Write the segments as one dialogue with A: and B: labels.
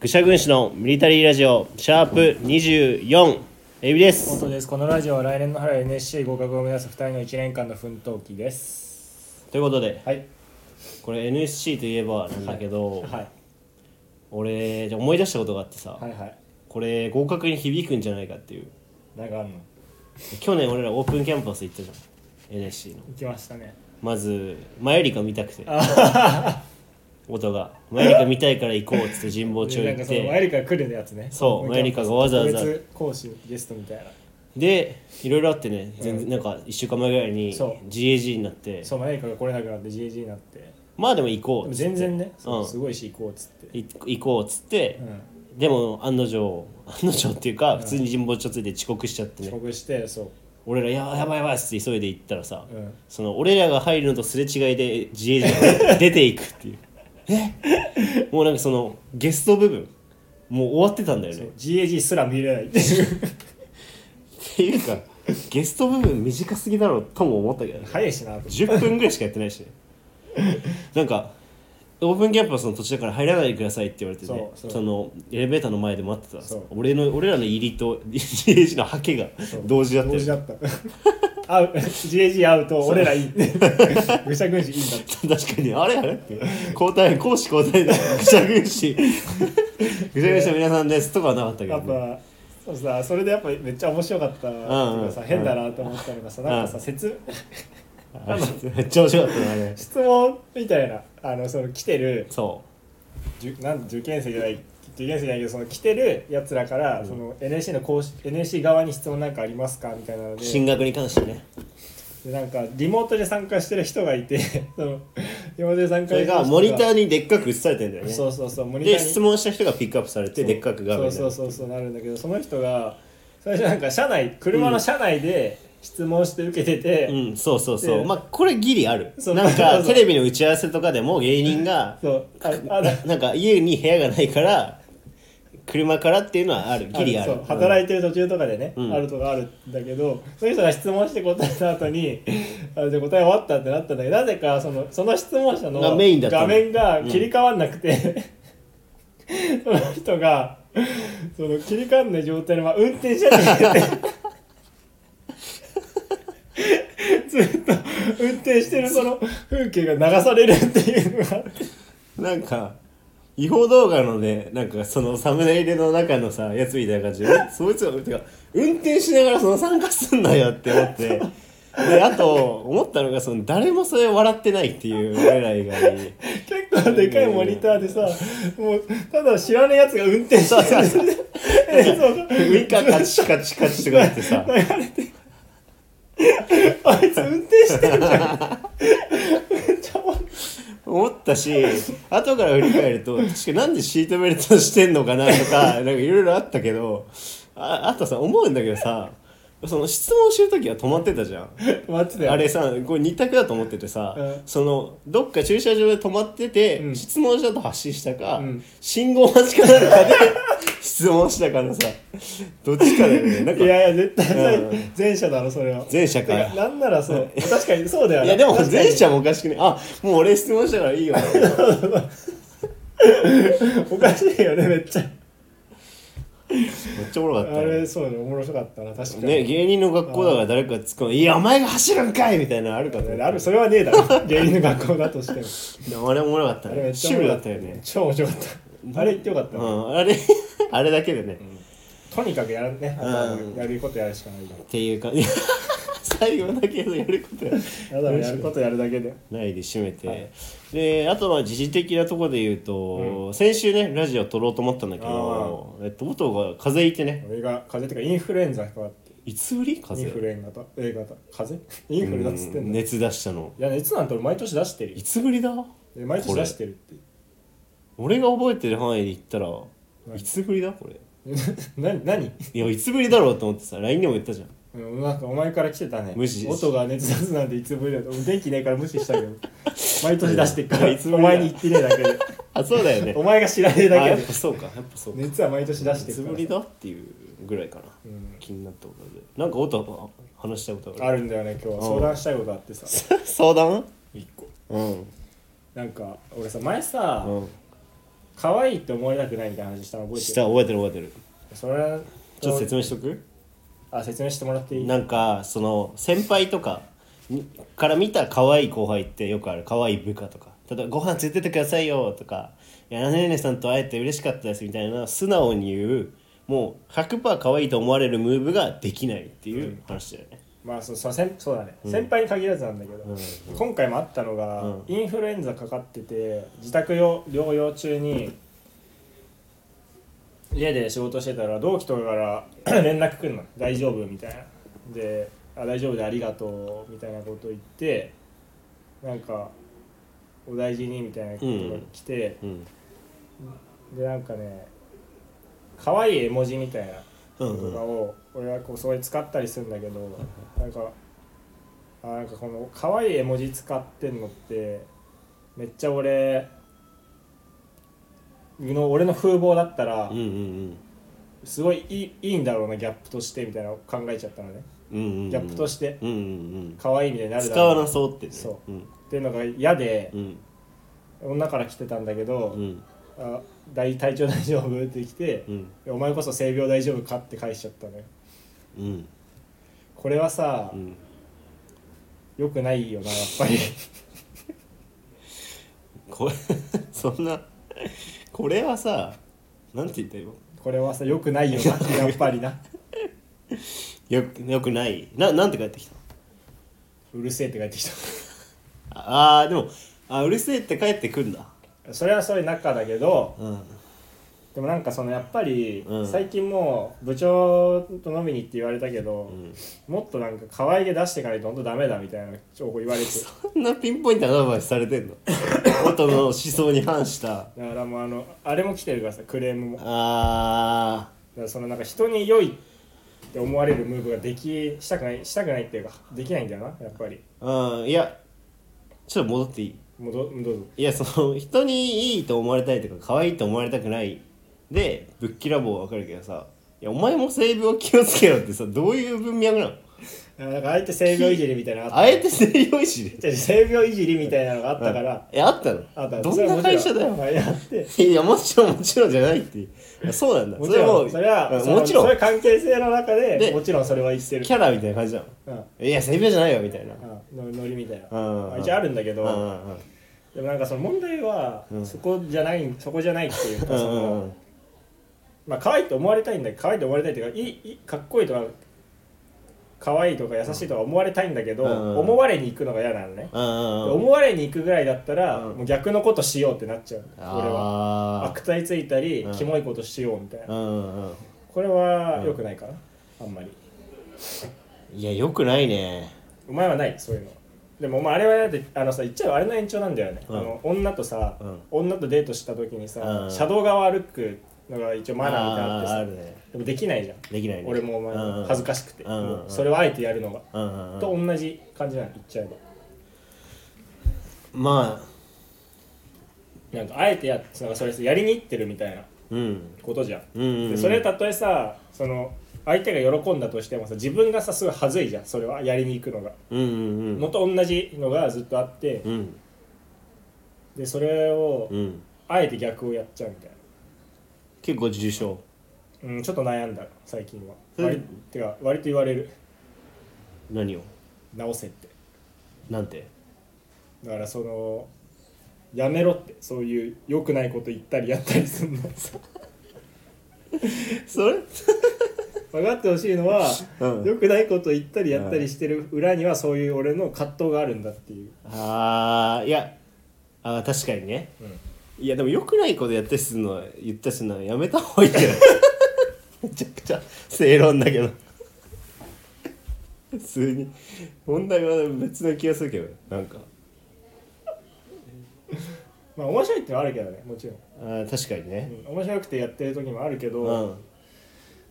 A: 愚者軍師のミリタリーラジオシャープ24エビで
B: 本
A: す
B: 当ですこのラジオは来年の春 NSC 合格を目指す2人の1年間の奮闘記です
A: ということで
B: はい
A: これ NSC といえばなんだけど、
B: はい
A: 俺じゃあ思い出したことがあってさ、
B: はいはい
A: これ合格に響くんじゃないかっていう
B: なんかあんの
A: 去年俺らオープンキャンパス行ったじゃん NSC の
B: 行きました ね
A: まず前よりか見たくて音が前よりか見たいから行こうっつって神保町
B: なん
A: 行
B: か
A: っ
B: そのマヤ
A: て
B: リカが来るやつね
A: そうマヤリカがわざわざ
B: 特別講師ゲストみたいな
A: でいろいろあってね全然なんか1週間前ぐらいに
B: そう
A: GAG になって
B: そうマヤリカが来れなくなって GG になってで
A: まあでも行こう
B: も
A: っつって
B: 全然ね
A: う
B: そ
A: ん
B: うすごいし行こうっつって
A: い行こうっつって
B: う、ん
A: でも案の定案の定っていうか普通に神保町ついて遅刻しちゃって
B: 遅
A: ね
B: 刻してそ
A: 俺ら「やばいやばいやばい」っつって急いで行ったらさ、
B: ううん
A: その俺らが入るのとすれ違いで GAG が 出ていくっていうえもうなんかそのゲスト部分もう終わってたんだよ
B: そ
A: ね
B: う GAG すら見れないっていう
A: っていうかゲスト部分短すぎだろうとも思ったけどね
B: 早いしなと
A: 10分ぐらいしかやってないしねなんかオープンキャンパスの途中だから入らないでくださいって言われてね
B: そ
A: そう
B: そう
A: のエレベーターの前で待ってたらさ
B: そう
A: 俺の俺らの入りと GAG のハケが同時だった
B: 同
A: よ
B: 時だった 会う GAG 会うと俺らいいって 愚者軍師いいんだって
A: 確かにあれあれって交代講師交代だぐしゃぐしぐしゃぐしの皆さんですとかはなかったけ
B: や
A: ど、
B: っ
A: ね、
B: ぱそうさそれでやっぱめっちゃ面白かったっていうかさ、
A: うん
B: 変だなと思ったのがさ、
A: うん
B: なんかさ説
A: あれめっちゃ面白かったなあれ
B: 質問みたいなあのその来てる
A: そ
B: じゅなん受験生じゃない受験生じゃないけどその来てるやつらから、
A: うん
B: その NSC の講師 NSC 側に質問なんかありますかみたいなの
A: う進
B: で
A: 学に関してね
B: でなんかリモートで参加してる人がいて そのリモートで参
A: そ
B: 加して
A: れ
B: る人
A: がモニターにでっかく映されてんだよね
B: そうそうそうモニター
A: で
B: に
A: 質問した人がピックアップされてでっかく画面になる
B: そうそうそうそうなるんだけどその人が最初なんか車内車の車内で質問して受けてて、
A: うん、そうそうそう
B: で
A: まあこれギリある
B: そう
A: なん
B: そうそ
A: か
B: う
A: テレビの打ち合わせとかでも芸人が
B: そうあ あだ
A: なんか家に部屋がないから車からっていうのはあるギリあ
B: の
A: る
B: そう働いてる途中とかでね、
A: うん
B: あるとかあるんだけどそういう人が質問して答えた後にあじゃあ答え終わったってなったんだけどなぜかそのその質問者の
A: がメインだったの
B: 画面が切り替わんなくて、 その人がその切り替わんない状態のまま運転して てずっと運転してるその風景が流されるっていうのがあって
A: なんか違法動画のねなんかそのサムネイルの中のさやつみたいな感じで えそいつがてか運転しながらその参加すんなよって思ってであと思ったのがその誰もそれ笑ってないっていう俺ら以外 に
B: 結構でかいモニターでさ、もうただ知らないやつが運転してる
A: そう
B: 映像が
A: ウイカカチカチカチとかやってさ
B: あいつ運転してるじゃんめっちゃおもろい
A: 思ったし 後から振り返ると確かなんでシートベルトしてんのかなとか なんかいろいろあったけどああとさ思うんだけどさその質問してる時は止まってたじゃん
B: 待ってたよ
A: あれさこれ2択だと思っててさ、
B: うん
A: そのどっか駐車場で止まってて、
B: うん
A: 質問したと発信したか、
B: うん
A: 信号待ちかなんかで 質問したからさどっちかだよねなんか
B: いやいや絶対
A: うん
B: 前者だろそれは
A: 前者か
B: てなんなら そう確かにそうだよ
A: い
B: ね
A: やでも
B: 確かに
A: 前者もおかしくねあもう俺質問したからいいよ
B: おかしいよねめっちゃ
A: めっちゃおもろ
B: あ
A: かったね
B: れそうね面白かったな確かに
A: ね、芸人の学校だから誰か突っ込む「いやお前が走るんかい!」みたいなのあるかと思った
B: あるそれはねえだろ芸人の学校だとしても
A: でもあれおもろかった
B: あれめ
A: ね
B: っちゃ
A: シ
B: 面
A: ュールだ
B: 白か
A: ったよね
B: 超面白かったあれ言ってよかった
A: う
B: ね、
A: んあれ あれだけでね、っ
B: とにかくやるね、あと
A: うん
B: やることやるしかないから
A: ていうか 最後だけやることや
B: ただやることやるだけで
A: ないで締めて、
B: はい
A: であとは時事的なところで言うと、先週ねラジオ撮ろうと思ったんだけどえっと元が風邪ひいてね
B: 俺が風邪っていうかインフルエンザかかって
A: いつぶり風
B: インフ
A: 邪
B: ルエンザと A 型風邪インフルだっつって
A: うんん
B: だい
A: 熱出したの
B: や熱なんて俺毎年出してる
A: い
B: よ
A: つぶりだ
B: え毎年出してるって
A: 俺が覚えてる範囲で言ったらいつぶりだこれ
B: 何何
A: いやいつぶりだろうと思ってさ LINE でも言ったじゃん
B: うんなんかお前から来てたね
A: 無視
B: 音が熱出すなんていつぶりだと電気ねえから無視したけど 毎年出してっか
A: いや
B: ら
A: いつぶ
B: お
A: りだ
B: 前に言ってねえだけで
A: あそうだよね
B: お前が知らねえ
A: あ
B: だ
A: やっ
B: けで
A: ぱそうかやっぱそうか、
B: 熱は毎年出して
A: いつ
B: る
A: ぶりだっていうぐらいかな、
B: うん
A: 気になったことでなんか音話したいことあ
B: あ
A: る
B: るんだよね今日は相談したいことあって さ
A: 相談
B: 一個
A: うん
B: なんか俺さ前さ、
A: うん
B: 可愛いって思われたくないみたいな話したの覚えて
A: 下
B: る
A: 覚えてる覚えてる
B: それは
A: ちょっと説明しとく
B: あ説明してもらっていい
A: なんかその先輩とかにから見た可愛い後輩ってよくある可愛い部下とか例えば「ご飯連れてってくださいよ」とか「いやねねさんと会えて嬉しかったです」みたいな素直に言うもう100%可愛いと思われるムーブができないっていう話だよね、
B: まあそうそう先そうだね、先輩に限らずなんだけど、今回もあったのが、
A: うん
B: インフルエンザかかってて自宅用療養中に家で仕事してたら同期とかから 連絡くんの「大丈夫?」みたいなであ「大丈夫でありがとう」みたいなこと言ってなんか「お大事に」みたいなことが来て、
A: うん
B: でなんかね可愛い絵文字みたいな
A: うん
B: と
A: う
B: か
A: ん
B: を俺はこうそれ使ったりするんだけどなんかあなんかこの可愛い絵文字使ってんのってめっちゃ俺の俺の風貌だったら
A: うんうん
B: すごいいいいいんだろうなギャップとしてみたいなのを考えちゃったのね
A: うんうんうん
B: ギャップとして
A: うんうん
B: 可愛いみたいに
A: う
B: なんるだ
A: 使わ
B: ろ
A: な
B: うなっ
A: そうってね、
B: そう
A: ん
B: ていうのが嫌で
A: うん
B: 女から来てたんだけ
A: う
B: ど
A: ん
B: 「あ大体調大丈夫?」って来て
A: うん
B: 「お前こそ性病大丈夫か?」って返しちゃったのよ
A: うん
B: これはさ
A: うん
B: 良くないよなやっぱり。
A: これ そんなこれはさなんて言った今
B: これはさ良くないよな やっぱりな
A: よくよくないななんて帰ってきた
B: うるせえって帰ってき
A: ああーでもあうるせえって帰ってくんだ
B: たそれはそれ仲だけど
A: うん
B: でもなんかそのやっぱり
A: うん
B: 最近もう部長と飲みにって言われたけど、
A: ん
B: もっとなんか可愛げ出していかないとほんとダメだみたいな情報言われて
A: そんなピンポイントなアドバイスされてんの 元の思想に反した
B: だからもうあのあれも来てるからさクレームもだか
A: あ
B: らそのなんか人に良いって思われるムーブができしたくないしたくないっていうかできないんだよなやっぱり
A: ーうんいやちょっと戻っていい
B: もうどどうぞ
A: いやその 人にいいと思われたいとか可愛いと思われたくないでぶっきらぼうはわかるけどさいやお前も性病気をつけろってさどういう文脈なの
B: だからなんかあえて性病いじりみたいなのがあ
A: あえて性病師で
B: った違う性病いじりみたいなのがあったから、
A: えあったの
B: あった
A: どんな会社だよ
B: それはもちろんやって
A: いやもちろんもちろんじゃないっていういやそうなんだ
B: もちろんそれは
A: うん
B: その
A: もちろ
B: それ
A: ん
B: は関係性の中で
A: で
B: もちろんそれは言ってる
A: キャラみたいな感じだも
B: うんうん
A: んいや性病じゃないよみたいな
B: のノリみたいな
A: うん
B: まあ一応あるんだけ
A: うんう
B: ど
A: んうん
B: でもなんかその問題は
A: うん
B: そこじゃないそこじゃないっていう
A: う
B: かそ
A: んうんう
B: の
A: ん
B: まあ可愛いと思われたいんだけど可愛いと思われたいっていうかいいいいかっこいいとか可愛いとか優しいとか思われたいんだけど
A: うん
B: 思われに行くのが嫌なのねで
A: うんうん
B: 思われに行くぐらいだったら
A: うん
B: もう逆のことしようってなっちゃう俺は
A: あ
B: 悪態ついたり
A: うん
B: キモいことしようみたい
A: ーう
B: なん
A: うんうん
B: これは良くないかなあんまり。
A: いやよくないね
B: お前はないそういうのでもまああれはだってあのさ言っちゃえばあれの延長なんだよね、
A: うん
B: あの女とさ、
A: うん
B: 女とデートした時にさ、
A: うん
B: 車道側歩くのが一応マナーみたいなのあって
A: あーあ
B: さ
A: るね
B: でもできないじゃん
A: できないね
B: 俺もお前
A: うんう
B: も
A: ん
B: 恥ずかしくて、
A: うん
B: もうそれをあえてやるのが、
A: うんうんうん
B: と同じ感じなの言っちゃえ
A: まあ
B: ばなんかあえてやなんかそれやりにいってるみたいな
A: うん
B: ことじゃん、
A: うんうんう
B: で
A: ん
B: それたとえさその相手が喜んだとしてもさ自分がさすごい恥ずいじゃんそれはやりに行くのが、
A: うんうんう
B: の
A: ん
B: と同じのがずっとあって、
A: うん
B: でそれを、
A: うん
B: あえて逆をやっちゃうみたい
A: 結構重症
B: な、うん、ちょっと悩んだ最近は
A: それ
B: 割てか割と言われる
A: 何を
B: 直せって
A: なんて
B: だからそのやめろってそういう良くないこと言ったりやったりするの
A: それ
B: 分かってほしいのは
A: うん
B: 良くないこと言ったりやったりしてる裏にはそういう俺の葛藤があるんだっていう、
A: あーいやあー確かにねいやでも良くないことやったりするのは言ったりするのはやめた方がいいんじゃ ないめちゃくちゃ正論だけど普通に問題は別な気がするけどなんか
B: まあ面白いってのはあるけどねもちろん、
A: あー確かにね
B: うん面白くてやってる時もあるけど、
A: うん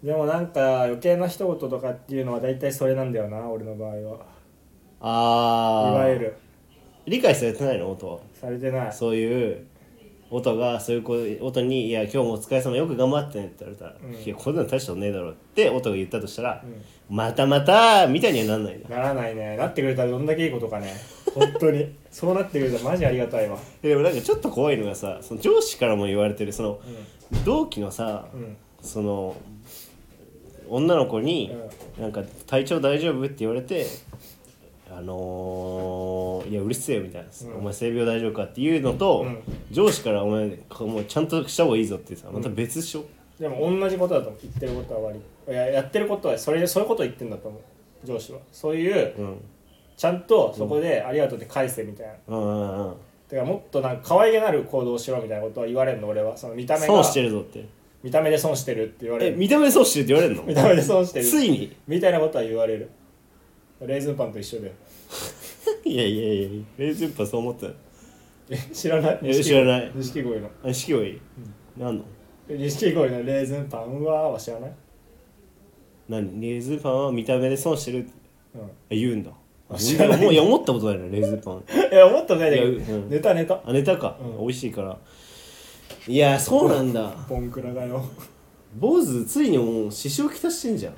B: でもなんか余計な一言とかっていうのは大体それなんだよな俺の場合
A: あ
B: は
A: あ
B: いわゆる
A: 理解されてないの音は
B: されてない
A: そういう音がそういう子音に「いや今日もお疲れ様よく頑張ってね」って言われたら「
B: うん
A: いやこんなの大したことねえだろ」って音が言ったとしたら「
B: うん
A: またまた」みたいにはなんないんだ
B: ならないねなってくれたらどんだけいいことかね本当にそうなってくれたらマジありがたいわ
A: でもなんかちょっと怖いのがさその上司からも言われてるその
B: う
A: 同期のさ、
B: んうん
A: その女の子に「なんか体調大丈夫?」って言われて「あのー、いやうるせえ」みたいな、
B: うん
A: お前性病大丈夫か?」っていうのと、
B: うん
A: 上司から「お前もうちゃんとした方がいいぞ」ってさまた別でしょ、
B: でも同じことだと思う言ってることは割りいややってることはそれでそういうことを言ってんだと思う上司はそういう
A: うん、
B: ちゃんとそこで「ありがとう」って返せみたいな、
A: うんうんうんうん
B: てかもっとなんか可愛げなる行動をしろみたいなことは言われるの俺はその見た目が
A: 損してるぞって
B: 見た目で損してるって言われ
A: え
B: る
A: 見た目で損してるって言われるの
B: 見た目で損してる
A: ついに
B: みたいなことは言われるレーズンパンと一緒だよ
A: いやいやいや冷蔵庫はそう思った
B: え知らない
A: え知らない
B: 錦鯉の
A: あ錦鯉何の
B: 錦鯉のレーズンパンはは知らない
A: 何レーズンパンは見た目で損してるって
B: うん
A: あ言うんだ
B: あ
A: 全
B: 知
A: 然
B: らない
A: 思ういや思ったことないのレーズンパ ン
B: いや思ったことないんだけ
A: いや
B: ど、
A: うん
B: ネタネタ
A: あネタか、
B: う
A: 美
B: ん
A: 味しいからいやーそうなんだ
B: ボンクラだよ
A: 坊主ついにもう支障きたしてんじゃん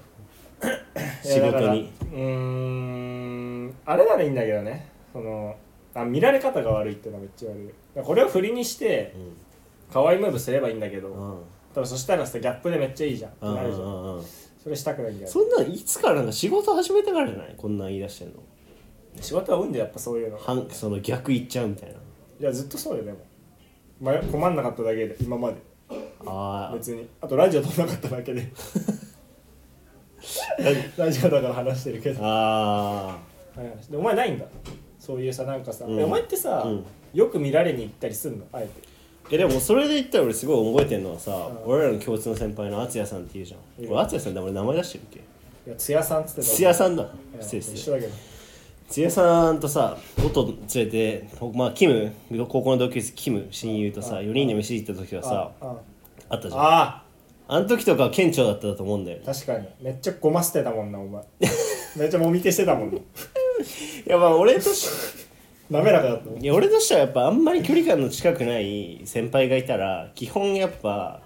A: 仕
B: いやだか
A: 事
B: ら
A: に
B: うーんあれならいいんだけどねそのあ見られ方が悪いってのはめっちゃ悪いだからこれを振りにして
A: うん
B: 可愛いムーブすればいいんだけ
A: う
B: ど
A: ん
B: 多分そしたらさギャップでめっちゃいいじゃんって
A: うん
B: なる
A: う
B: じゃん
A: んうん
B: それしたくないんだよ
A: そんなんいつからなんか仕事始めてからじゃないこんなん言い出してんの
B: 仕事は多いんだよやっぱそういうの
A: はんその逆いっちゃうみたいない
B: やずっとそうだよでもま困んなかっただけで今まで
A: あ
B: 別にあとラジオ撮んなかっただ けでラジオだから話してるけ
A: あ
B: ど、
A: あ
B: はいでお前ないんだそういうさなんかさ、
A: うん
B: えお前ってさ、
A: うん
B: よく見られに行ったりすんのあえて
A: えでもそれで言ったら俺すごい覚えてんのはさ、
B: うん
A: 俺らの共通の先輩の敦也さんっていうじゃん
B: うん
A: 俺敦也さんって俺名前出してるっけ
B: いやつやさんっつって
A: 津屋
B: ん
A: さんだ失礼
B: 一
A: 失
B: 緒
A: 礼
B: だけど
A: 津屋さんとさ音連れて、まあ、キム高校の同級生キム親友とさ
B: うん
A: 4人で飯行った時はさ
B: あ
A: あったじゃん
B: あ
A: あの時とかは顕著だったと思うんだよね
B: あ確かにめっちゃごま捨てたもんなお前めっちゃもみ消してたもんな、
A: いやまあ俺とし
B: 滑らかだったもん
A: いや俺としてはやっぱあんまり距離感の近くない先輩がいたら基本やっぱ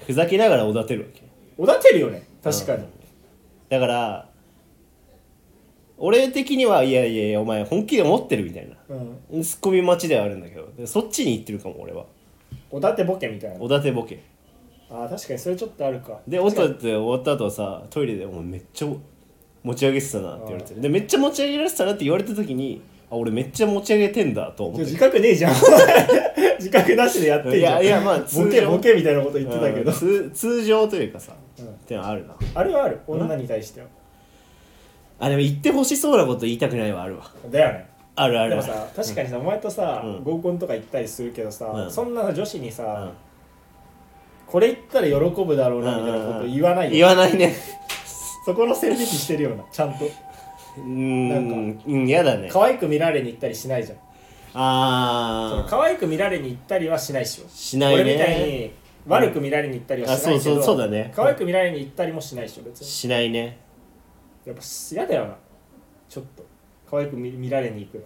A: ふざけながらおだてるわけ
B: おだてるよね確かに、
A: だから俺的にはいやいやいやお前本気で思ってるみたいな
B: うん、
A: ツッコミ待ちではあるんだけどでそっちに行ってるかも俺は
B: おだてボケみたいな
A: おだてボケ
B: ああ確かにそれちょっとあるか
A: で音って終わった後さトイレで「お前めっちゃ持ち上げてたな」って言われて
B: あ
A: でめっちゃ持ち上げられてたなって言われた時にあ俺めっちゃ持ち上げてんだと思って
B: 自覚ねえじゃん 自覚なしでやってんじゃ
A: いや
B: ん
A: いやまあ
B: ボケボケみたいなこと言ってたけ
A: うん
B: ど
A: 通通常というかさ、
B: うん
A: ってのはあるな
B: あれはある女に対しては
A: あでも言ってほしそうなこと言いたくないはあるわ
B: だよね
A: あるある
B: でもさ確かにさお前とさ
A: うん
B: 合コンとか行ったりするけど
A: う
B: さ
A: ん
B: そんなさ女子に
A: う
B: さ
A: ん
B: これ言ったら喜ぶだろうなみたいなこと言わない
A: 言
B: よ
A: わないね
B: そこの線引きしてるようなちゃんと
A: うーん
B: なん
A: うん嫌だね
B: 可愛く見られに行ったりしないじゃんその
A: あ
B: 可愛く見られに行ったりはしないっしょ
A: しないね
B: 俺みたいに悪く見られに行ったりはしないけど、
A: うんあそうそうそうだね
B: 可愛く見られに行ったりもしないっしょ別
A: ー
B: に
A: しないね
B: やっぱ嫌だよなちょっと可愛く見見られに行くの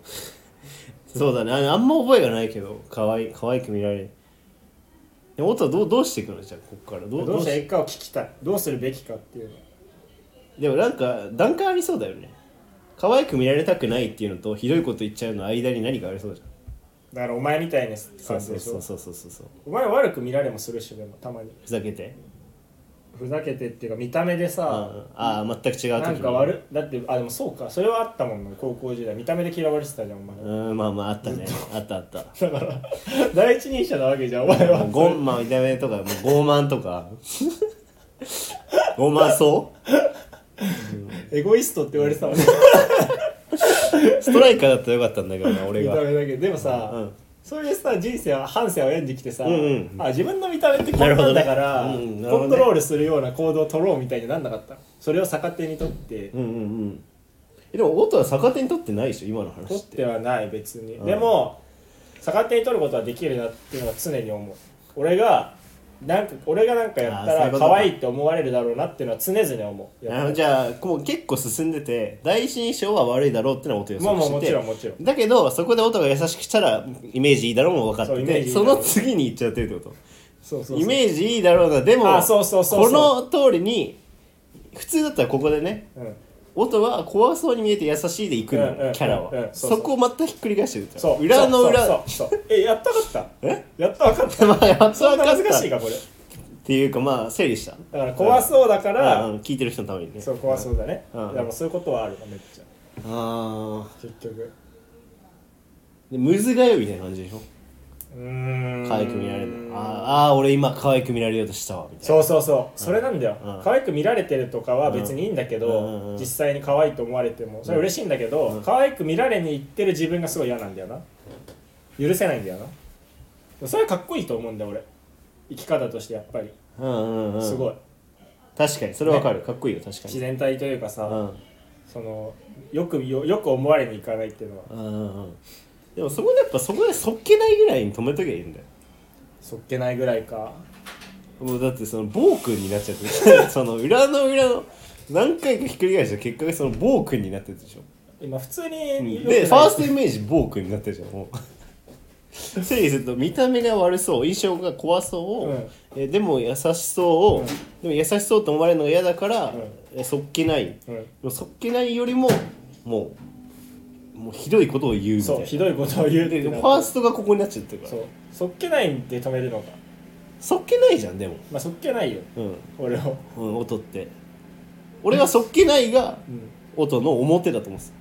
A: そうだねああんま覚えがないけど可愛い可愛く見られるでも音はどうどうしていくのじゃあここからどう
B: どうしたら
A: し
B: いいかを聞きたいどうするべきかっていうの
A: でもなんか段階ありそうだよね可愛く見られたくないっていうのとひどいこと言っちゃうの間に何かありそうじゃん
B: だからお前みたいな
A: そ
B: 感
A: う
B: じ
A: そう
B: でし
A: そ
B: ょ
A: うそうそうそうそう
B: お前悪く見られもするしでもたまに
A: ふざけて
B: ふざけてっていうか見た目でさ、
A: ああー全く違う時
B: なん
A: に
B: か悪いだってあでもそうかそれはあったもんね高校時代見た目で嫌われてたじゃんお前、
A: うんまあまああったねあったあった
B: だから第一人者なわけじゃんお前は
A: ゴンまあ見た目とかもう傲慢とか傲慢そ
B: エゴイストって言われてたもんね
A: うストライカーだったらよかったんだけどな俺
B: 見
A: が
B: た目だけどでもさ、
A: うん
B: そういうさ人生は半生を歩んできてさ、
A: うんうん
B: あ自分の見た目ってこん
A: なるほ
B: な
A: ど
B: ん
A: ね
B: だから、
A: うんうんなるほ
B: コ
A: どね
B: ントロールするような行動を取ろうみたいになんなかったそれを逆手にとって、
A: うんうんうんえでも音は逆手にとってないでしょ今の話
B: 取
A: っ
B: っててはない別に、
A: うん
B: でも逆手に取ることはできるなっていうのは常に思う俺がなんか俺がなんかやった
A: あーそういう
B: ら
A: ことか
B: 可愛いって思われるだろうなっていうのは常々思う
A: あのじゃあもう結構進んでて第一印象は悪いだろうってのは音予
B: まあ
A: 測
B: ま
A: し
B: あも
A: て
B: ち
A: て
B: ろんもちろん
A: だけどそこで音が優しくしたらイメージいいだろうも分かっ
B: そう
A: て
B: イメー
A: て
B: ジいい
A: そ
B: だろう
A: の次に行っちゃってるってこと
B: そうそうそう
A: イメージいいだろうなでも
B: あそうそうそうそう
A: この通りに普通だったらここでね
B: うん
A: 音は怖そうに見えて優しいでいくの
B: うんうんうん
A: よキャラ
B: うん
A: は
B: そうそう
A: そこを全くひっくり返してるじゃん
B: そう
A: 裏の裏
B: そうそうそうえやったかった
A: え
B: やったわ かった
A: まあやっと
B: そ
A: 分
B: んな
A: かっ
B: 難
A: た
B: しい
A: っ
B: かこれ
A: ていうかまあ整理した
B: だから怖そうだか
A: あ
B: ら、
A: うん聞いてる人のためにね
B: そう怖そうだね、
A: うん
B: でもそういうことはあるなめっちゃ
A: ああ
B: 結局
A: でムズがよみたいな感じでしょ
B: うーん
A: 可愛く見られるあーあー俺今可愛く見られようとしたわみたいな
B: そうそうそうそれなんだよ、
A: うん
B: 可愛く見られてるとかは別にいいんだけど、
A: うんうんうん
B: 実際に可愛いと思われてもそれは嬉しいんだけど、可愛く見られに行ってる自分がすごい嫌なんだよな許せないんだよなそれはかっこいいと思うんだよ俺生き方としてやっぱり
A: うんうんうん
B: すごい、
A: 確かにそれわかる、かっこいいよ確か
B: 自
A: に
B: 然体というかさ、
A: うん
B: そのよくよよく思われに行かないっていうのは
A: うんうんうんでもそこでやっぱそこでそっけないぐらいに止めときゃいいんだよ
B: そっけないぐらいか
A: もうだってその暴君になっちゃって るその裏の裏の何回かひっくり返した結果がその暴君になってるでしょ
B: 今普通に良くない
A: でファーストイメージ暴君になってるじゃんも う整理すると見た目が悪そう印象が怖そう、
B: うん
A: えでも優しそうを、
B: うん
A: でも優しそうと思われるのが嫌だから、
B: うん
A: えそっけないで
B: うん
A: もそっけないよりももうもうひどいことを言うみたい
B: そ
A: な
B: うひどいことを言うって
A: で
B: いう
A: フ
B: の
A: ァ
B: は
A: ーストがここになっちゃってるから
B: そうそっけないで止めるのか
A: そっけないじゃんでも
B: まあそっけないよ
A: うん、
B: 俺を、
A: うん、音って俺はそっけないが
B: うん
A: 音の表だと思うんです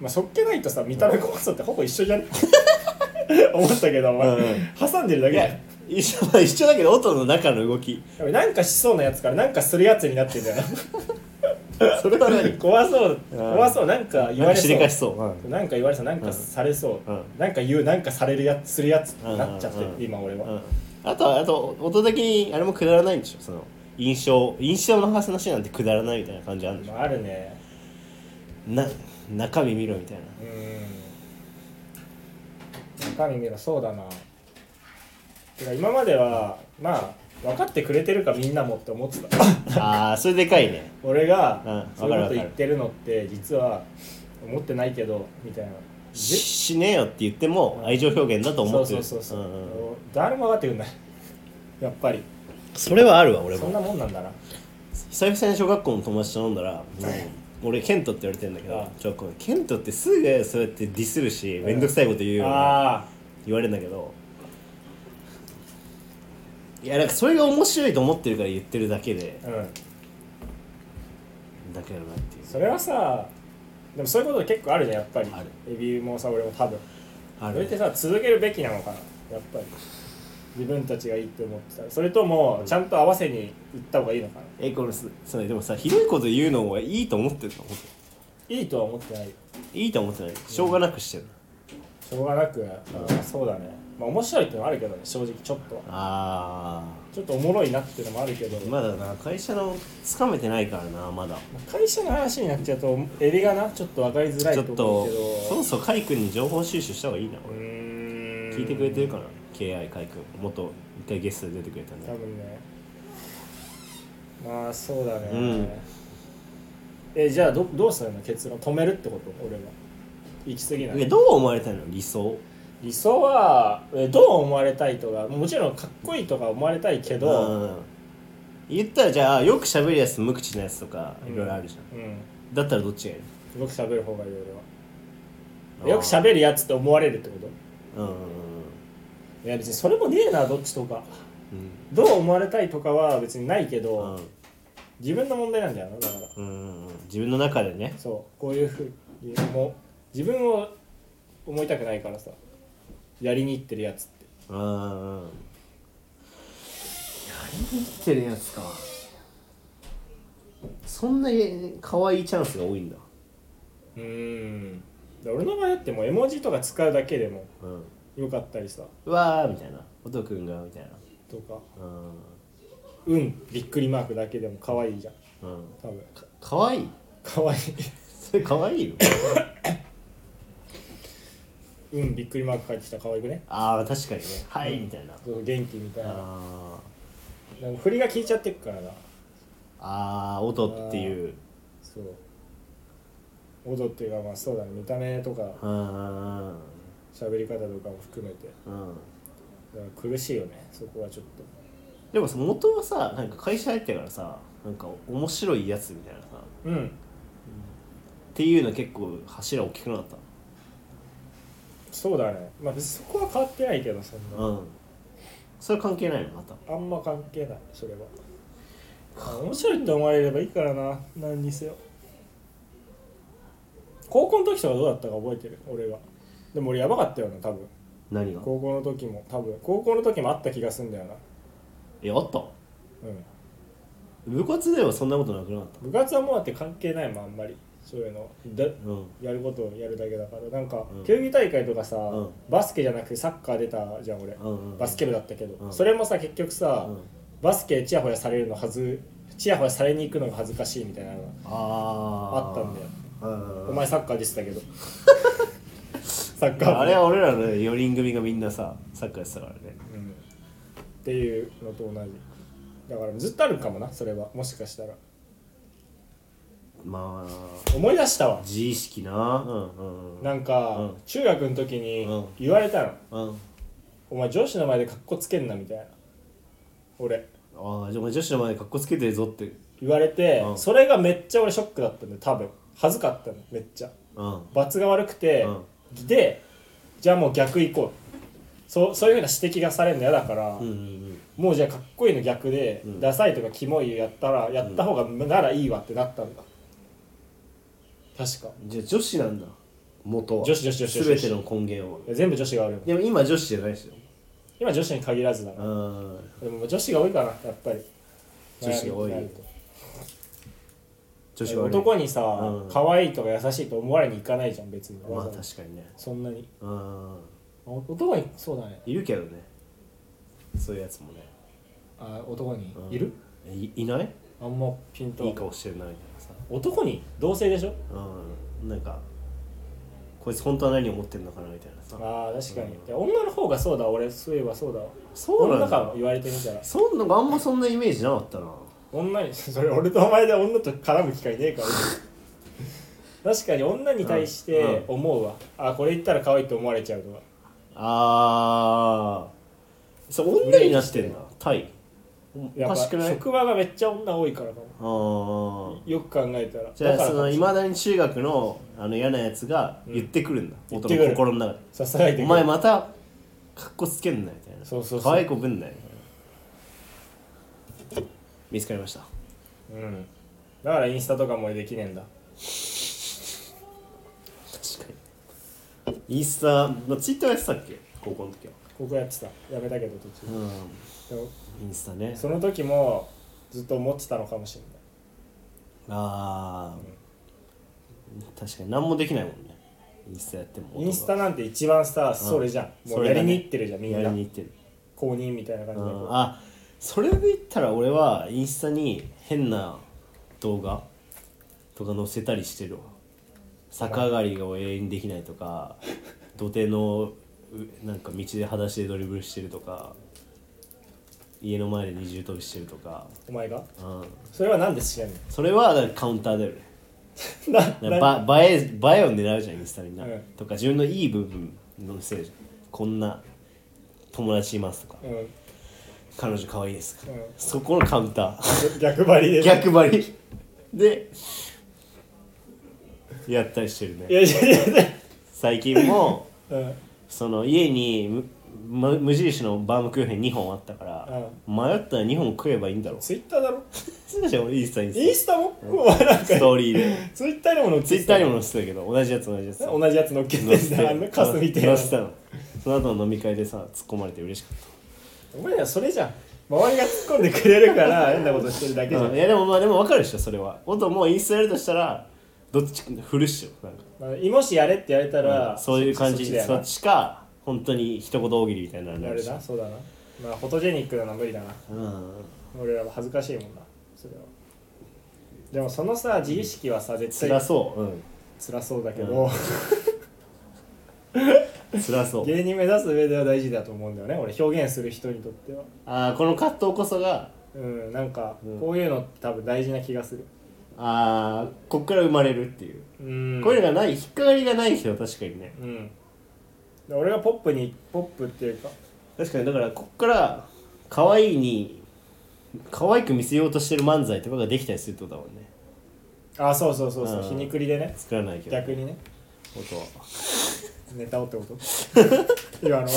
B: まあ、そっけないとさ見た目怖さってほぼ一緒じゃん 思ったけどお前、
A: うん
B: 挟んでるだ
A: い
B: け
A: や一緒だ一緒だけど音の中の動き
B: じゃんなんかしそうなやつからなんかするやつになって んだよ
A: それは
B: な
A: 何
B: 怖そう
A: うん
B: 怖そうなんか言
A: な
B: わ
A: んか
B: れそ
A: し
B: う
A: でかしそう、うん
B: なんか言われそうなんかされそう、
A: うん
B: なんか言うなんかされるやつするやつになっちゃってる、
A: うんうんうん
B: 今俺は、
A: うんあとはあと音的にあれもくだらないんでしょその印象印象の話なんてくだらないみたいな感じあるんでしょ
B: まあ、あるね
A: な中身見ろみたいな
B: うん中身見ろそうだなてか今まではまあ分かってくれてるかみんなもって思って た
A: ああそれでかいね
B: 俺が
A: うん
B: そ
A: わ
B: ういうこと
A: かるわかる
B: 言ってるのって実は思ってないけどみたいな
A: ししねえよって言っても愛情表現だと思
B: そう
A: って
B: そう
A: る
B: そうそう、
A: んん
B: 誰も分かってくんないやっぱり
A: それはあるわ俺
B: そ
A: も
B: んなもんなんだな
A: 久々に小学校の友達と飲んだら、うん俺ケントって言われてんだけ
B: ああ
A: ど小学校でケントってすぐそうやってディスるし面倒くさいこと言うよね
B: あ
A: 言われるんだけどいやなんかそれが面白いと思ってるから言ってるだけで
B: あうん
A: だけだなっていう
B: それはさでもそういうこと結構あるじゃんやっぱり
A: ある
B: エビもさ俺も多分
A: あ
B: それって
A: る
B: さ続けるべきなのかなやっぱり自分たちがいいって思ってたらそれともちゃんと合わせに行った方がいいのかな
A: えこれすそれでもさひどいこと言うのはいいと思ってるの本
B: いいとは思ってないよ
A: 当いいと思ってないしょうがなくしてるの
B: しょうがなく、あそうだねまあ面白いってのはあるけどね正直ちょっとは
A: あ
B: ちょっとおもろいなっていうのもあるけど、
A: あまだな会社のつかめてないからなまだ
B: 会社の話になっちゃうとエビがなちょっと分かりづらい
A: ち
B: と
A: ょっ
B: 思う
A: と
B: けど
A: そろそろカイ君に情報収集した方がいいな
B: う
A: 俺
B: ーん
A: 聞いてくれてるかな KI カイ君元一回ゲストで出てくれたん
B: 多
A: だ
B: 分ねまあそうだね、
A: うん
B: えじゃあどどうするの結論止めるってこと俺は行き過ぎな
A: え
B: い
A: どう思われたの理想
B: 理想はえどう思われたいとかもちろんかっこいいとか思われたいけど、
A: ん、言ったらじゃあよく喋るやつと無口なやつとか
B: うん
A: いろいろあるじゃん、
B: うん
A: だったらどっちがいい
B: よく喋る方がいい
A: あ
B: 俺
A: ー
B: はよく喋るやつって思われるってこと
A: のうんうん
B: いや別にそれもねえなどっちとかどう思われたいとかは別にないけ
A: う
B: ど、
A: ん
B: 自分の問題なんだよなだか
A: う
B: ら
A: んうん自分の中でね
B: そうこういうふうにもう自分を思いたくないからさやりにいってるやつって
A: うんうんうんやりにいってるやつかそんなに可愛いチャンスが多いんだ
B: うーんで俺の場合だってもう絵文字とか使うだけでも
A: うん
B: よかったりさ
A: うわーみたいな音くんがみたいな
B: とか
A: うん
B: うんびっくりマークだけでも可愛いじゃん
A: うん
B: 多分か
A: 可愛い
B: 可愛
A: それ可愛いの
B: い うんびっくりマーク書いてきたら可愛くね
A: ああ確かにねはいみたいな
B: そう元気みたいな
A: あ
B: なんか振りが効いちゃってくからな
A: ーあー音っていう
B: そう踊っていうかまあそうだね見た目とか
A: うん
B: 喋り方とかも含めて
A: うんうん
B: だから苦しいよねそこはちょっと
A: でもさ元はさなんか会社入ってからさなんか面白いやつみたいなさ
B: うん
A: っていうの結構柱大きくなかっ
B: そうだねまあ別にそこは変わってないけどそん
A: た
B: な、
A: うんそれ関係ないのまた
B: あんま関係ないそれはあ面白いって思われればいいからな何にせよ高校の時とかどうだったか覚えてる俺がでも俺やばかったよな多分
A: 何が
B: 高校の時も多分高校の時もあった気がすんだよな
A: えあった
B: うん
A: 部活ではそんなことなくなかっ
B: 部活はもうだって関係ないもんあんまりそういうので
A: たうん
B: やることをやるだけだからなんか
A: うん
B: 球技大会とかさ、
A: うん
B: バスケじゃなくてサッカー出たじゃん俺、
A: うんうん
B: バスケ部だったけど、
A: うん
B: それもさ結局さ、
A: うん
B: バスケチヤホヤされるのはずチヤホヤされに行くのが恥ずかしいみたいなのが
A: あ
B: あったんだよ
A: だよ
B: お前サッカーでしたけどサッカー部
A: あれは俺らの4人組がみんなさサッカーやってたからね
B: うんっていうのと同じだからずっとあるかもなそれはもしかしたら
A: まあ
B: 思い出したわ
A: 自意識なうんうんうん
B: なんか、
A: うん
B: 中学の時に
A: うん
B: 言われたの、
A: うん
B: お前上司の前でカッコつけんなみたいな俺
A: ああじゃあお前女子の前でかっこつけてるぞって
B: 言われて、
A: うん
B: それがめっちゃ俺ショックだったんで多分恥ずかったのめっちゃ
A: うん
B: 罰が悪くて、でじゃあもう逆行こうそうそういうふうな指摘がされるの嫌だから、
A: うんうん
B: もうじゃあかっこいいの逆で、
A: うん
B: ダサいとかキモいやったらやった方がならいいわってなったんだ確か
A: うんじゃあ女子なんだ元は
B: 女子女子女子女
A: 全
B: 子
A: ての根源はい
B: や全部女子がある
A: でも今女子じゃないですよ
B: 今女子に限らずだな、
A: うん
B: でも女子が多いかなやっぱり
A: 女子が多い
B: 悩みってなると
A: 女子は
B: 男にさ、
A: うん
B: 可愛いとか優しいと思われにいかないじゃん別に、
A: ま
B: わ
A: あ
B: ざわざ
A: 確かにね
B: そんなに
A: うん
B: 男にそうだね
A: いるけどねそういうやつもね
B: あ男に
A: うん
B: いる、
A: いいない
B: あんまピンと
A: いい顔してるなみたいなさ
B: 男に同性でしょ
A: うんなんかこいつ本当は何を思ってんのかなみたいなさ
B: あー確かに、
A: うん
B: いや女の方がそうだ俺そういえばそうだわ
A: そうなんだ
B: 女かも言われてみたら
A: そんなあんまそんなイメージなかったな
B: 女に それ俺とお前で女と絡む機会ねえから 確かに女に対して思うわ、あこれ言ったら可愛いと思われちゃうとか
A: あーそう女になってんだタイお
B: やっ
A: か
B: ぱ
A: しくない
B: 職場がめっちゃ女多いからかも
A: あー
B: よく考えたら
A: じゃあ
B: だから
A: そのいまだに中学のあの嫌なやつが言ってくるんだ、
B: うん
A: 音の
B: 言ってくる
A: 心の中で
B: ささやいてく
A: お
B: る
A: 前またかっこつけんなみたいな
B: そうそうそ
A: 可
B: う
A: 愛い子ぶんなよみたいな見つかりました
B: うんだからインスタとかもできねえんだ
A: 確かにインスタ、まあ、ツイッターやってたっけ高校の時は
B: ここやってたやめたけど途中
A: う
B: でも
A: んインスタね
B: その時もずっと思ってたのかもしれない
A: ああ、確かに何もできないもんねインスタやっても
B: インスタなんて一番さそれじゃん、
A: うん
B: も
A: そうれだ
B: や
A: ね
B: りに行ってるじゃんみん
A: やり
B: な
A: に行ってる
B: 公認みたいな感じ
A: う
B: で、
A: んあそれで言ったら俺はインスタに変な動画とか載せたりしてるわ逆上がりを永遠にできないとか土手のうなんか道で裸足でドリブルしてるとか家の前で二重跳びしてるとか、
B: お前が
A: うん、
B: それはなんで知らんの
A: それはだからカウンターだよね
B: なな
A: ば映え映えを狙うじゃんインスタみんな、
B: うん
A: とか自分のいい部分のせいじゃんこんな友達いますとか、
B: うん、うん、
A: 彼女可愛いですとか、そこのカウンタ ー
B: 逆張りで
A: 逆張りでやったりしてる
B: い
A: ね
B: やいやいやいや
A: 最近も
B: うんうん
A: その家にむ無無印のバームクーヘン2本あったから、迷ったら2本食えばいいんだろう
B: ツイッターだろ
A: そうじゃん 俺インスタに
B: インスタも、お前なんか
A: ストーリーで
B: ツイッターにも載っ
A: ツイ
B: て
A: ッターに
B: も
A: も載せてたけど同じやつ同じやつ
B: 同じやつ乗っけてん
A: 乗せ
B: だ
A: て
B: あのカスみたいな
A: 乗せたのその後の飲み会でさ突っ込まれて嬉しかっ
B: お前らそれじゃん周りが突っ込んでくれる から変なことしてるだけじゃ
A: た、
B: ん、
A: いやでもまあでも分かるでしょそれは音もうインスタやるとしたらどっちかフルっしょなんか
B: まあ、もしやれって言われたら、
A: そういう感じ
B: そ
A: で
B: っちだ
A: そ
B: よ
A: っちか本当に一言大喜利みたいなのに
B: な
A: な
B: あ
A: る
B: れ
A: し
B: だそうだなまあフォトジェニックなのは無理だな
A: うん
B: 俺らは恥ずかしいもんなそれはでもそのさ自意識はさ絶
A: 辛
B: 対
A: そううん
B: 辛そうだけど、
A: 辛そう
B: 芸人目指す上では大事だと思うんだよね俺表現する人にとっては
A: ああこの葛藤こそが
B: うんなんか
A: うん
B: こういうのって多分大事な気がする
A: ああこっから生まれるっていう、
B: うん
A: こういうのがない引っかかりがない人は確かにね
B: うんで俺がポップにポップっていうか
A: 確かにだからこっから可愛いに可愛く見せようとしてる漫才とかができたりするってことだもんね
B: あそうそうそうそううん皮肉りでね
A: 作らないけど
B: 逆にね
A: 音は
B: ネタをってこと 今のは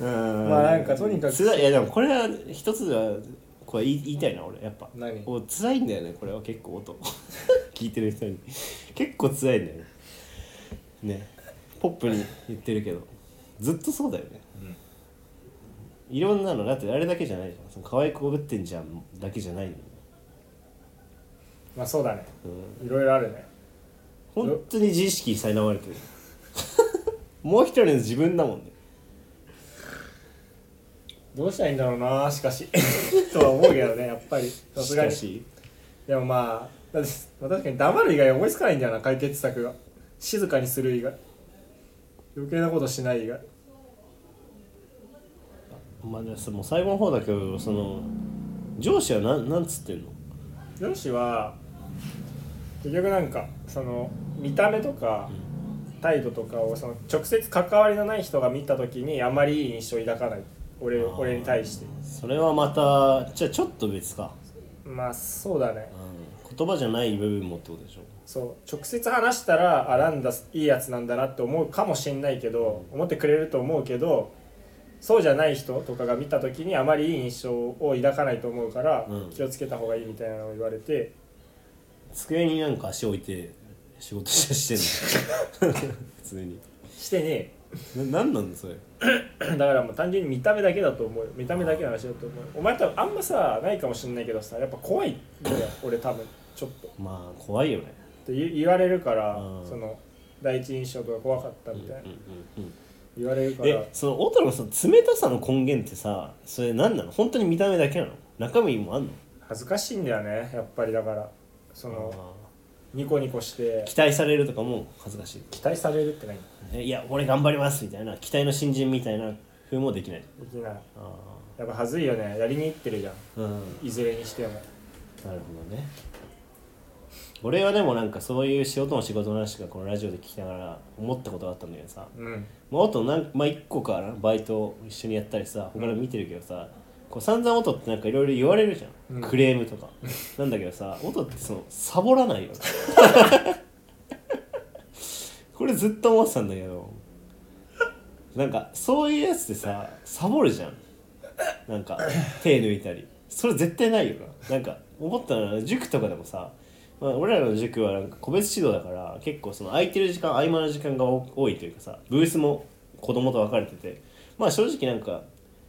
A: うん
B: まあなんかとにかく
A: つらいいやでもこれは一つはこれ言い言いたいな俺やっぱ
B: 何
A: こう辛いんだよねこれは結構音 聞いてる人に結構辛いんだよねねポップに言ってるけどずっとそうだよねいろんなのだってあれだけじゃないじゃんその可愛くぶってんじゃんだけじゃないのよ、
B: まあそうだね
A: うん、
B: いろいろあるね
A: 本当に自意識に苛まれてる もう一人の自分だもんね
B: どうしたらいいんだろうなしかし とは思うけどねやっぱりさすがに
A: しかし
B: でもまあだってまあ確かに黙る以外思いつかないんだよな解決策が静かにする以外余計なことしない以外
A: まあ、でももう最後の方だけどその上司はなんなんつってんの
B: 上司は結局なんかその見た目とか態度とかをその直接関わりのない人が見た時にあまりいい印象を抱かない俺
A: あー
B: 俺に対して
A: それはまたじゃあちょっと別か、
B: まあそうだね
A: うん、言葉じゃない部分もってことでしょ
B: そう直接話したらあなんだいいやつなんだなって思うかもしんないけど思ってくれると思うけどそうじゃない人とかが見た時にあまりいい印象を抱かないと思うから、
A: うん
B: 気をつけた方がいいみたいなのを言われて
A: 机になんか足置いて仕事してんの 普通に
B: してね
A: ななんなんだそれ
B: だからもう単純に見た目だけだと思うよ見た目だけの話だと思うよお前多分あんまさないかもしんないけどさやっぱ怖いんだ よ俺多分ちょっとっ
A: まあ怖いよね
B: て言言われるから
A: うん
B: その第一印象とか怖かったみたいな
A: うんうんうん
B: 言われるから
A: えその音のさ冷たさの根源ってさそれ何なの本当に見た目だけなの中身もあんの
B: 恥ずかしいんだよねやっぱりだからその
A: あ
B: ニコニコして
A: ー期待されるとかも恥ずかしい
B: 期待されるって何
A: えいや俺頑張りますみたいな期待の新人みたいな風もできない
B: できない
A: あ
B: やっぱ恥ずいよねやりにいってるじゃん
A: あうん
B: いずれにしても
A: なるほどね俺はでもなんかそういう仕事の仕事の話がこのラジオで聞きながら思ったことがあったんだけどさ
B: うん
A: もっとなんまあ1個かなバイト一緒にやったりさ他の見てるけどさこう散々音ってなんかいろいろ言われるじゃん、
B: うん
A: クレームとかなんだけどさ音ってそのサボらないよねこれずっと思ってたんだけどなんかそういうやつってさサボるじゃんなんか手抜いたりそれ絶対ないよななんか思ったのは塾とかでもさ、まあ、俺らの塾はなんか個別指導だから結構その空いてる時間合間の時間が多多いというかさブースも子供と分かれててまあ正直なんか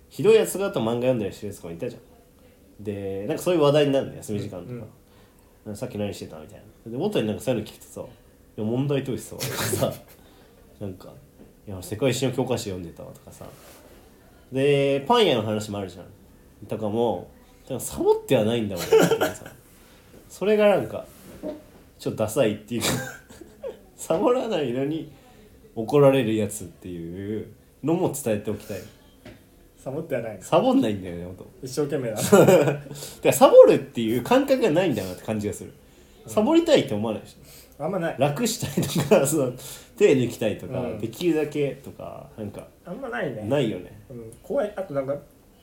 A: ひどいやつだと漫画読んだりしてるやつとかもいたじゃんでなんかそういう話題になるの休み時間とか、
B: うん
A: なんかさっき何してたみたいなで元になんかそういうの聞くとさ「いや問題解いてたわ」とかさなんか「いや世界史の教科書読んでたわ」とかさでパン屋の話もあるじゃんとかもだからサボってはないんだもんさそれがなんかちょっとダサいっていうかサボらないのに怒られるやつっていうのも伝えておきたい
B: サボってはないの
A: サボんないんだよねほん と
B: 一生懸命だ
A: だからサボるっていう感覚がないんだなって感じがするサボりたいって思わないでしょ
B: あんまない
A: 楽したいとかその手抜きたいとか、
B: うん
A: できるだけとかなんか
B: あんまないね
A: ないよね
B: うん、怖いあとなんか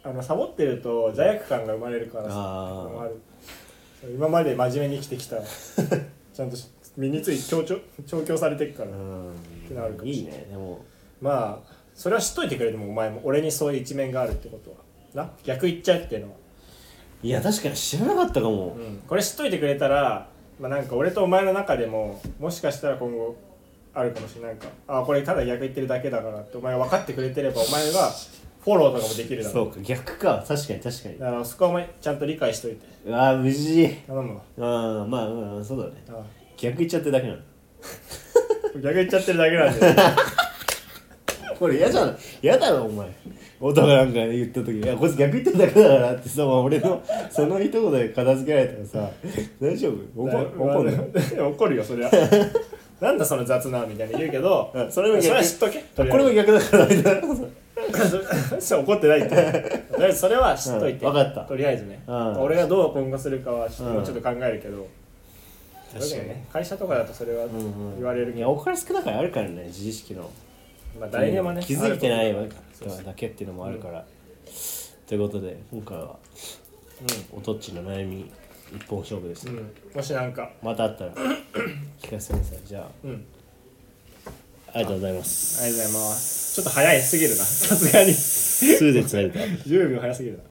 B: あのサボってると罪悪感が生まれるからさ
A: あー
B: もあるそう今まで真面目に生きて きたちゃんとし身につい強調調教されてるから、
A: うん
B: なるかも
A: い
B: し
A: い
B: れない
A: ねでも
B: まあそれは知っといてくれてもお前も俺にそういう一面があるってことはな逆言っちゃえっていうのは、
A: いや確かに知らなかったかも、
B: うん、これ知っといてくれたらまあなんか俺とお前の中でももしかしたら今後あるかもしれないなんかあこれただ逆言ってるだけだからってお前が分かってくれてればお前がフォローとかもできるだ
A: そ
B: ろ
A: うか逆か確かに確かに
B: だからそこはお前ちゃんと理解しといて
A: うわあ無事
B: 頼むわ
A: ああまあまあそうだね
B: あ
A: 逆言っちゃってるだけなんだ
B: 逆言っちゃってるだけなんで
A: これ嫌じゃない嫌だろお前音がなんか言った時「いやこいつ逆言ってるだけだから」ってさ俺のその一言で片付けられたらさ大丈夫怒る怒るよ
B: よ 怒る よそりゃなんだその雑なみたいに言うけど
A: うんそれも逆
B: それは知っとけ
A: これも逆だからみたいな
B: それ怒ってないってとりあえず それは知っといて、
A: うんわかった
B: とりあえずね、
A: うん
B: 俺がどう今後するかはちょっと
A: うん
B: もうちょっと考えるけど、
A: 確か
B: だ
A: に
B: けどね会社とかだとそれは
A: うんうん
B: 言われる
A: い
B: け
A: や
B: ど、
A: お金少なからあるからね自意識の
B: まあ誰にもね
A: 気づいてないわ
B: そうそう
A: だけっていうのもあるからということで今回は
B: うん
A: おとっちの悩み一本勝負でした、
B: うん、もしなんか
A: またあったら聞かせてくださいじゃあ
B: うん
A: あ
B: あり
A: りがとうございます
B: がとうございますちょっと早いすぎるなさすがに
A: 数でつなげた
B: 10秒早すぎるな